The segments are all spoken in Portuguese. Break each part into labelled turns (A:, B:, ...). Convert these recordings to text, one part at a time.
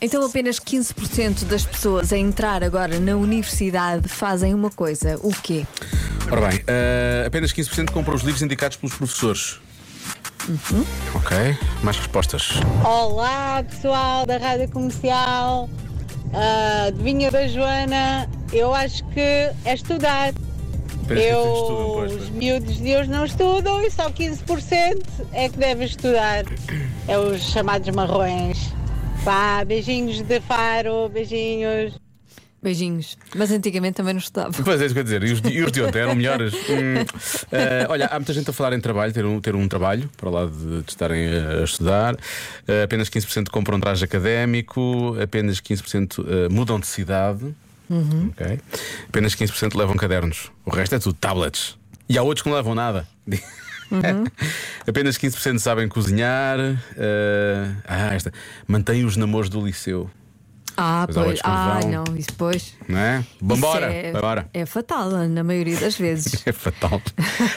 A: Então apenas 15% das pessoas a entrar agora na universidade fazem uma coisa, o quê?
B: Ora bem, ah, apenas 15% compram os livros indicados pelos professores. Ok, mais respostas.
C: Olá pessoal da Rádio Comercial, ah, adivinha da Joana, eu acho que é estudar.
B: Parece que
C: eu,
B: vocês estudam, pois, pois.
C: os miúdos de hoje não estudam e só 15% é que devem estudar. É os chamados marrões. Vá, beijinhos de faro, beijinhos.
A: Beijinhos. Mas antigamente também não estudava.
B: Pois é, isso que eu ia dizer. E os, de- e os de ontem eram melhores. Hum. Ah, olha, há muita gente a falar em trabalho, ter um, ter um trabalho, para lá de, de estarem a, a estudar. Ah, apenas 15% compram traje académico, apenas 15% ah, mudam de cidade.
A: Uhum.
B: Ok. Apenas 15% levam cadernos. O resto é tudo tablets. E há outros que não levam nada.
A: Uhum.
B: Apenas 15% sabem cozinhar. ah, ah, esta. Mantêm os namoros do liceu.
A: Ah,
B: Pois há
A: pois.
B: outros que
A: Ah,
B: vão.
A: não, isso pois.
B: Não é? Vambora!
A: Isso é,
B: Vambora!
A: é fatal, na maioria das vezes.
B: É fatal.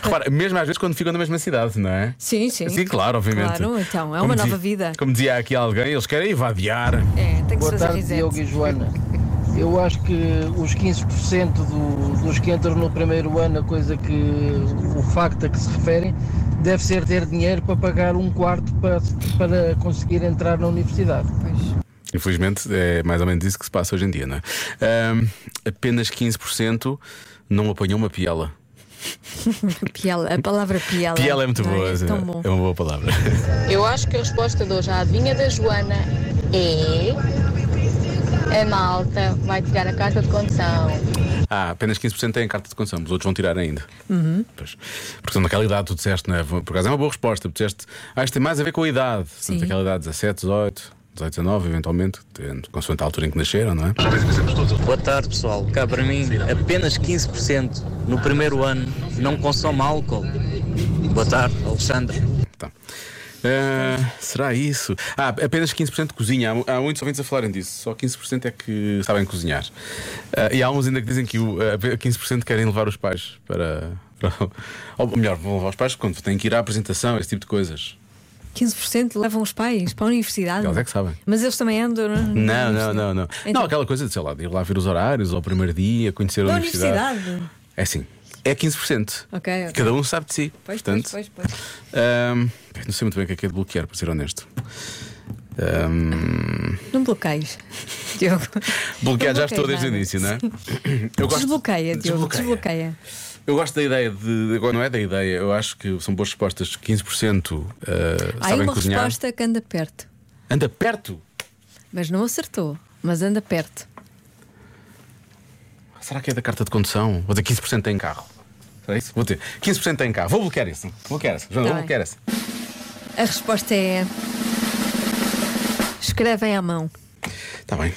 B: Repara, mesmo às vezes quando ficam na mesma cidade, não é?
A: Sim, sim.
B: Sim, claro, obviamente.
A: Claro, então, é
B: Como
A: uma
B: dizia-
A: nova vida.
B: Como dizia aqui alguém, eles querem evadiar.
A: É, tem que se
D: Boa
A: fazer
D: tarde, Diogo
A: reset.
D: e Joana. Eu acho que os 15% do- dos que entram no primeiro ano, a coisa que o facto a que se referem, deve ser ter dinheiro para pagar um quarto para, para conseguir entrar na universidade.
B: Infelizmente, é mais ou menos isso que se passa hoje em dia, não é? Ahm, apenas 15% não apanhou uma piela.
A: Piela, a palavra piela.
B: Piela é muito
A: não
B: boa,
A: É tão bom.
B: uma boa palavra.
E: Eu acho que a resposta de hoje à adivinha da Joana é. A malta vai tirar a carta de condução.
B: Ah, apenas 15% têm carta de consumo, os outros vão tirar ainda. Pois. Porque são naquela idade, tu disseste, não é? Por acaso é uma boa resposta, tu disseste, ah, isto tem mais a ver com a idade. Portanto, aquela idade, 17, 18, 18, 19, eventualmente, tendo- consoante a altura em que nasceram, não é?
F: Boa tarde, pessoal. Cá para mim, apenas 15% no primeiro ano não consome álcool. Boa tarde, Alexandre.
B: Tá. Ah, será isso? Ah, apenas 15% cozinha. Há, há muitos ouvintes a falarem disso. Só 15% é que sabem cozinhar. Ah, e há uns ainda que dizem que o, ah, 15% querem levar os pais para. para- Ou melhor, vão levar os pais quando têm que ir à apresentação, esse tipo de coisas.
A: 15% levam os pais para a universidade.
B: Eles é que sabem.
A: Mas eles também andam. é? na- na
B: Não, não,
A: universidade.
B: não, não.
A: Então.
B: Não, aquela coisa de, sei lá, de ir lá ver os horários ao primeiro dia, conhecer a
A: Da
B: universidade.
A: universidade.
B: É assim. É 15%.
A: Ok, ok.
B: Cada um sabe de si.
A: Pois,
B: portanto,
A: pois, pois, pois.
B: ahm, não sei muito bem o que é que é de bloquear, para ser honesto. Hum, Ahm,
A: Não bloqueias, Diogo.
B: Bloquear
A: Não
B: já estou
A: bloqueias
B: desde
A: nada.
B: o início, não é? Eu
A: Desbloqueia, Diogo, desbloqueia.
B: Eu gosto da ideia de. Agora não é da ideia, eu acho que são boas respostas. 15% uh,
A: Há aí
B: sabem
A: uma
B: cozinhar.
A: resposta que anda perto,
B: Anda perto!
A: mas não acertou, mas anda perto.
B: Será que é da carta de condução? Vou dizer 15% tem carro. Será isso? Vou dizer 15% tem carro. Vou bloquear isso. Bloquear essa. Joana,
A: Tá
B: vou
A: bem.
B: bloquear essa.
A: A resposta é. Escrevem à mão.
B: Está bem.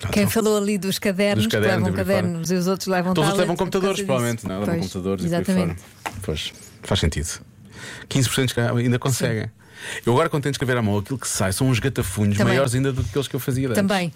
B: Tá,
A: Quem
B: tá.
A: falou ali dos cadernos,
B: Dos cadernos,
A: que levam
B: e por aí
A: cadernos e os outros levam
B: Todos os
A: tablets,
B: levam computadores,
A: por causa disso.
B: provavelmente, não? é? Levam
A: Pois,
B: computadores
A: Exatamente.
B: e por aí fora. Pois, faz sentido. 15% que ainda conseguem. Eu agora, quando tento escrever à mão, aquilo que sai são uns gatafunhos
A: Também.
B: maiores ainda do que aqueles que eu fazia antes.
A: Também.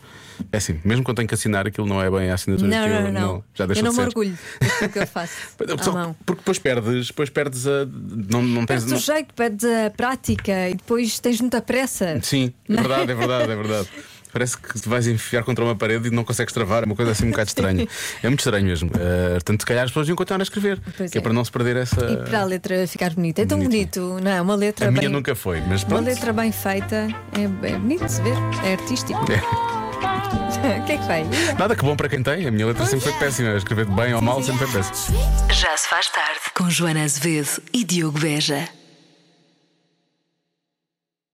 B: É assim, mesmo quando tenho que assinar, aquilo não é bem a assinatura
A: Não,
B: que eu
A: não, não, não.
B: Já
A: eu
B: deixou
A: não me
B: de ser. é,
A: orgulho daquilo que eu faço. à
B: Só-
A: mão.
B: Porque depois perdes, depois perdes a. Não, não tens.
A: Perdes o
B: não-
A: jeito, perdes a prática e depois tens muita pressa.
B: Sim, é verdade, é verdade, é verdade. Parece que te vais enfiar contra uma parede e não consegues travar, é uma coisa assim um bocado estranha. É muito estranho mesmo. Eh, portanto, se calhar as pessoas iam continuar a escrever,
A: Pois
B: que é.
A: é.
B: para não se perder essa.
A: E para a letra ficar bonita. É tão
B: Bonito.
A: bonito, não é? Uma letra
B: A
A: bem.
B: minha nunca foi, mas
A: Uma
B: pronto.
A: letra bem feita é, é bonito de se ver, é artístico. O que é que vai?
B: Nada que bom para quem tem, a minha letra sempre
A: é.
B: foi péssima. Escrever de bem ou mal sempre foi péssimo.
G: Já se faz tarde com Joana Azevedo e Diogo Veja.